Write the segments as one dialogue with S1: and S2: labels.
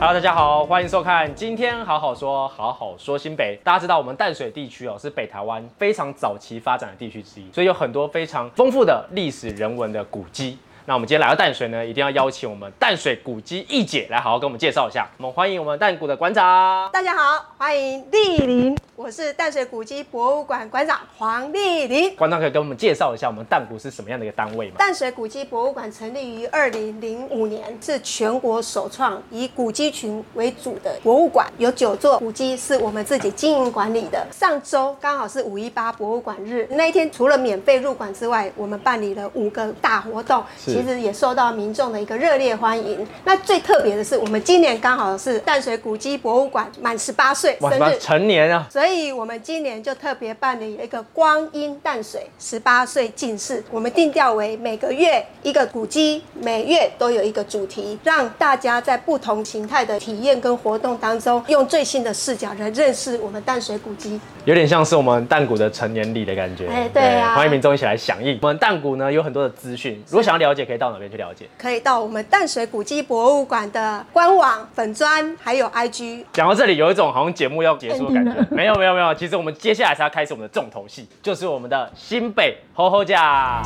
S1: Hello，大家好，欢迎收看《今天好好说》，好好说新北。大家知道我们淡水地区哦，是北台湾非常早期发展的地区之一，所以有很多非常丰富的历史人文的古迹。那我们今天来到淡水呢，一定要邀请我们淡水古迹一姐来好好跟我们介绍一下。我们欢迎我们淡谷的馆长。
S2: 大家好，欢迎莅临，我是淡水古迹博物馆馆长黄丽玲。
S1: 馆长可以跟我们介绍一下我们淡谷是什么样的一个单位吗？
S2: 淡水古迹博物馆成立于二零零五年，是全国首创以古迹群为主的博物馆，有九座古迹是我们自己经营管理的。上周刚好是五一八博物馆日，那一天除了免费入馆之外，我们办理了五个大活动，
S1: 是
S2: 其实也受到民众的一个热烈欢迎。那最特别的是，我们今年刚好是淡水古迹博物馆满十八岁生
S1: 什么
S2: 日。
S1: 成年啊？
S2: 所以我们今年就特别办理了一个光阴淡水十八岁进士，我们定调为每个月一个古迹，每月都有一个主题，让大家在不同形态的体验跟活动当中，用最新的视角来认识我们淡水古迹。
S1: 有点像是我们淡谷的成年礼的感觉。
S2: 哎对啊
S1: 欢迎民众一起来响应。我们淡谷呢有很多的资讯，如果想要了解，可以到哪边去了解？
S2: 可以到我们淡水古迹博物馆的官网、粉砖还有 IG
S1: 讲到这里，有一种好像节目要结束的感觉。没有没有没有，其实我们接下来是要开始我们的重头戏，就是我们的新北吼吼架。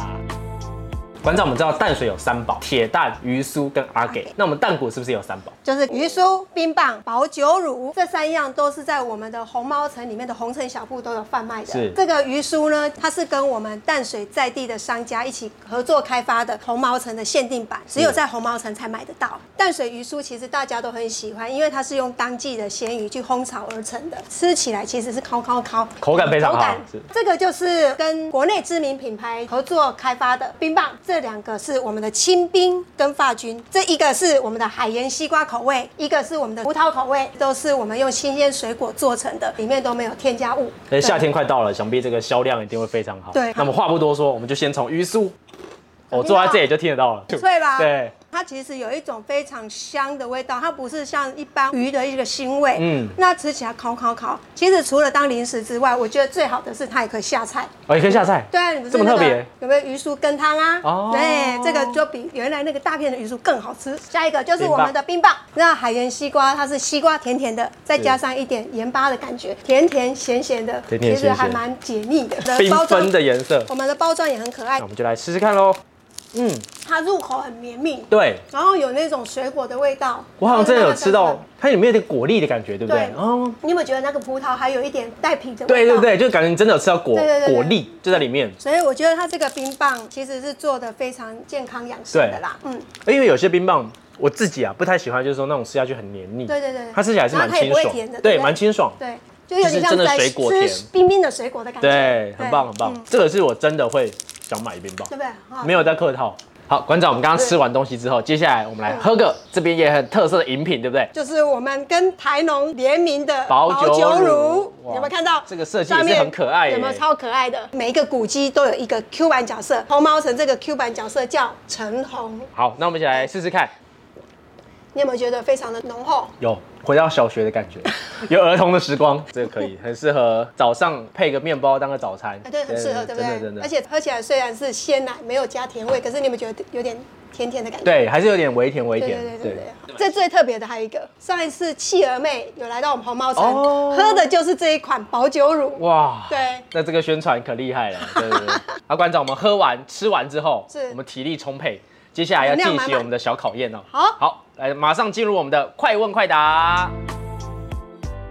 S1: 馆长，我们知道淡水有三宝：铁蛋、鱼酥跟阿给。那我们淡谷是不是也有三宝？
S2: 就是鱼酥、冰棒、保酒乳这三样都是在我们的红猫城里面的红城小铺都有贩卖的。
S1: 是
S2: 这个鱼酥呢，它是跟我们淡水在地的商家一起合作开发的红毛城的限定版，只有在红毛城才买得到。淡水鱼酥其实大家都很喜欢，因为它是用当季的鲜鱼去烘炒而成的，吃起来其实是烤烤烤，
S1: 口感非常好
S2: 口感
S1: 是
S2: 这个就是跟国内知名品牌合作开发的冰棒，这两个是我们的清冰跟发菌，这一个是我们的海盐西瓜口味，一个是我们的葡萄口味，都是我们用新鲜水果做成的，里面都没有添加物。
S1: 而且哎夏天快到了，想必这个销量一定会非常好。
S2: 对
S1: 那么话不多说，我们就先从鱼酥。我、
S2: 听得到
S1: 坐在这里就听得到了，
S2: 很脆吧？
S1: 对，
S2: 它其实有一种非常香的味道，它不是像一般鱼的一个腥味。
S1: 嗯
S2: 嗯，那吃起来烤烤烤，其实除了当零食之外，我觉得最好的是它也可以下菜。
S1: 哦，也可以下菜。
S2: 对啊，你不是
S1: 这么
S2: 那
S1: 特
S2: 个
S1: 别
S2: 有没有鱼酥羹汤啊？
S1: 哦
S2: 对，这个就比原来那个大片的鱼酥更好吃。下一个就是
S1: 冰棒
S2: 我们的冰棒，那海盐西瓜，它是西瓜甜甜的，再加上一点盐巴的感觉，甜甜咸咸的，
S1: 甜甜咸咸
S2: 其实还蛮解 腻的。
S1: 缤纷的，哦颜色。
S2: 我们的包装也很可爱
S1: 那我，们就来试试看喽。嗯，
S2: 它入口很绵密，
S1: 对，
S2: 然后有那种水果的味道。
S1: 我好像真的有吃
S2: 然
S1: 到
S2: 后
S1: 它
S2: 它，
S1: 里面有点果粒的感觉，对不对
S2: 对？
S1: 哦，
S2: 你有没有觉得那个葡萄还有一点带皮的味道？
S1: 对对对，就感觉你真的有吃到果
S2: 对对对对
S1: 果粒就在里面，
S2: 所以我觉得它这个冰棒其实是做的非常健康养生的啦，嗯，
S1: 因为有些冰棒我自己啊不太喜欢，就是说那种吃下去很黏腻。
S2: 对对对对
S1: 它吃起来是蛮
S2: 然后它
S1: 清
S2: 也不会
S1: 爽
S2: 甜的，对
S1: 对，
S2: 不对
S1: 蛮清爽。
S2: 对，就有点
S1: 就
S2: 像
S1: 是真的
S2: 在
S1: 水果甜
S2: 吃冰冰的水果的感觉，
S1: 对，很棒很棒
S2: 嗯，
S1: 这个是我真的会想买的冰棒
S2: 对，不对？哈
S1: 没有在客套。好，馆长，我们刚刚吃完东西之后，接下来我们来喝个这边也很特色的饮品，对不对？
S2: 就是我们跟台农联名的
S1: 保酒乳哇
S2: 有没有看到
S1: 这个设计也是很可爱耶
S2: 上面有没有超可爱的？每一个古迹都有一个 Q 版角色，红毛城这个 Q 版角色叫陈红，
S1: 好，那我们一起来试试看。
S2: 你有没有觉得非常的浓厚？
S1: 有回到小学的 感觉，有儿童的时光，这个可以，很适合早上配个面包当个早餐
S2: 啊，，对，很适合，对不
S1: 真的
S2: 对？
S1: 真的
S2: 而，且喝起来虽然是鲜奶，没有加甜味，可是你有没有觉得有点甜甜的感觉？
S1: 对，还是有点微甜微
S2: 对
S1: 甜
S2: 对，对对对。这最特别的还有一个，上一次企鹅妹有来到我们红猫城，
S1: 哦
S2: 喝的就是这一款保酒乳。
S1: 哇，
S2: 对，
S1: 那这个宣传可厉害了，对对 对。啊，馆长，我们喝完吃完之后，
S2: 是
S1: 我们体力充沛，接下来要进
S2: 能量满
S1: 行
S2: 满
S1: 我们的小考验哦。
S2: 好
S1: 好，来，马上进入我们的快问快答。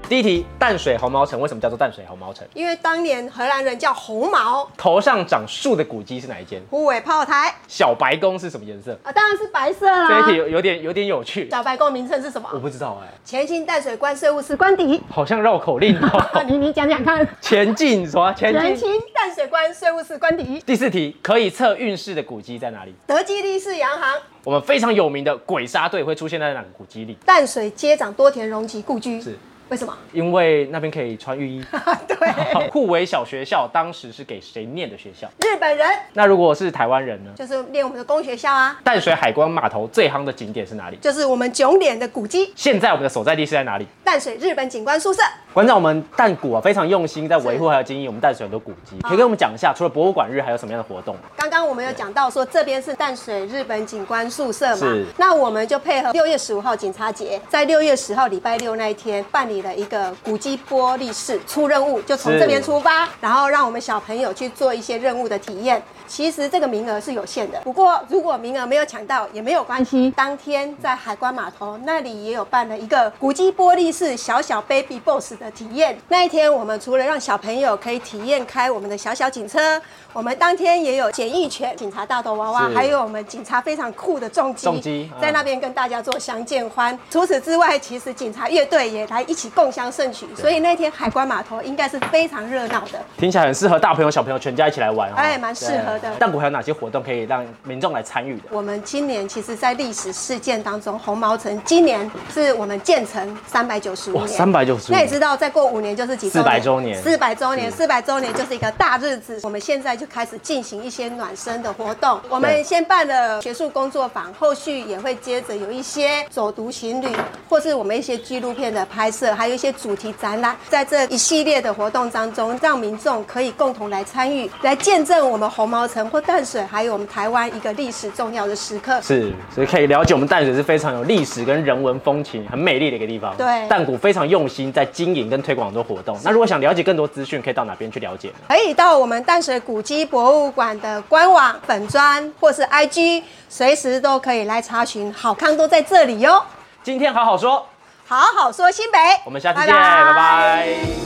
S1: 第一题，淡水红毛城为什么叫做淡水红毛城？
S2: 因为当年荷兰人叫红毛，
S1: 头上长树的古迹是哪一间？
S2: 虎尾炮台
S1: 小白宫是什么颜色？
S2: 啊，当然是白色啦。
S1: 这一题有有点有点有趣，
S2: 小白宫名称是什
S1: 我
S2: 么？
S1: 不知道哎、
S2: 前清淡水关税务司官邸。
S1: 好像绕口令
S2: 啊
S1: 哦。
S2: 你你讲讲看，
S1: 前进什么？前
S2: 前
S1: 进。
S2: 清淡水关税务司官邸，
S1: 第四题，可以测运势的古迹在哪里？
S2: 德基利士洋行，
S1: 我们非常有名的鬼杀队会出现在哪个古迹里？
S2: 淡水街长多田荣吉故居。
S1: 是，
S2: 为什么？
S1: 因为那边可以穿浴衣。
S2: 对，
S1: 互为小学校当时是给谁念的学校？
S2: 日本人
S1: 那如果是台湾人呢？
S2: 就是练我们的工学校啊，
S1: 淡水海关码头最夯的景点是哪里？
S2: 就是我们囧脸的古迹
S1: 现在我们的所在地是在哪里？
S2: 淡水日本景观宿舍。
S1: 馆长，我们淡
S2: 啊
S1: 谷啊非常用心在维护还有经营我们淡水很多古迹，可以跟我们讲一下，除了博物馆日还有什么样的活动？
S2: 刚刚我们有讲到说，这边是淡水日本警官宿舍嘛
S1: 是，
S2: 那我们就配合六月十五号警察节，在六月十号礼拜六那一天办理了一个古迹玻璃室出任务，就从
S1: 是
S2: 这边出发，然后让我们小朋友去做一些任务的体验。其实这个名额是有限的，不过如果名额没有抢到也没有关系。当天在海关码头那里也有办了一个古迹玻璃室小小 Baby Boss 的体验。那一天我们除了让小朋友可以体验开我们的小小警车，我们当天也有简易犬、警察大头娃娃，
S1: 是
S2: 还有我们警察非常酷的重机，
S1: 重机
S2: 在
S1: 嗯
S2: 那边跟大家做相见欢。除此之外，其实警察乐队也来一起共襄盛举，所以那天海关码头应该是非常热闹的。
S1: 听起来很适合大朋友、小朋友全家一起来玩哦。
S2: 哎蛮适合
S1: 对
S2: 的
S1: 淡谷还有哪些活动可以让民众来参与的？
S2: 我们今年其实，在历史事件当中，红毛城今年是我们建成三百九十五
S1: 哇，
S2: 年。
S1: 三百九十五
S2: 那，你知道，再过五年就是几
S1: 400周年嗯
S2: 四百周年，四百周年就是一个大日子。我们现在就开始进行一些暖身的活动。我们先办了学术工作坊，后续也会接着有一些走读行旅，或是我们一些纪录片的拍摄，还有一些主题展览，在这一系列的活动当中，让民众可以共同来参与，来见证我们红毛城或淡水，还有我们台湾一个历史重要的时刻。
S1: 是，所以可以了解我们淡水是非常有历史跟人文风情，很美丽的一个地方。
S2: 对
S1: 淡谷非常用心在经营跟推广很多活动。那如果想了解更多资讯，可以到哪边去了解呢？
S2: 可以到我们淡水古迹博物馆的官网、粉砖或是 IG，随时都可以来查询，好康都在这里哟。
S1: 今天好好说，
S2: 好好说新北，
S1: 我们下次见，拜拜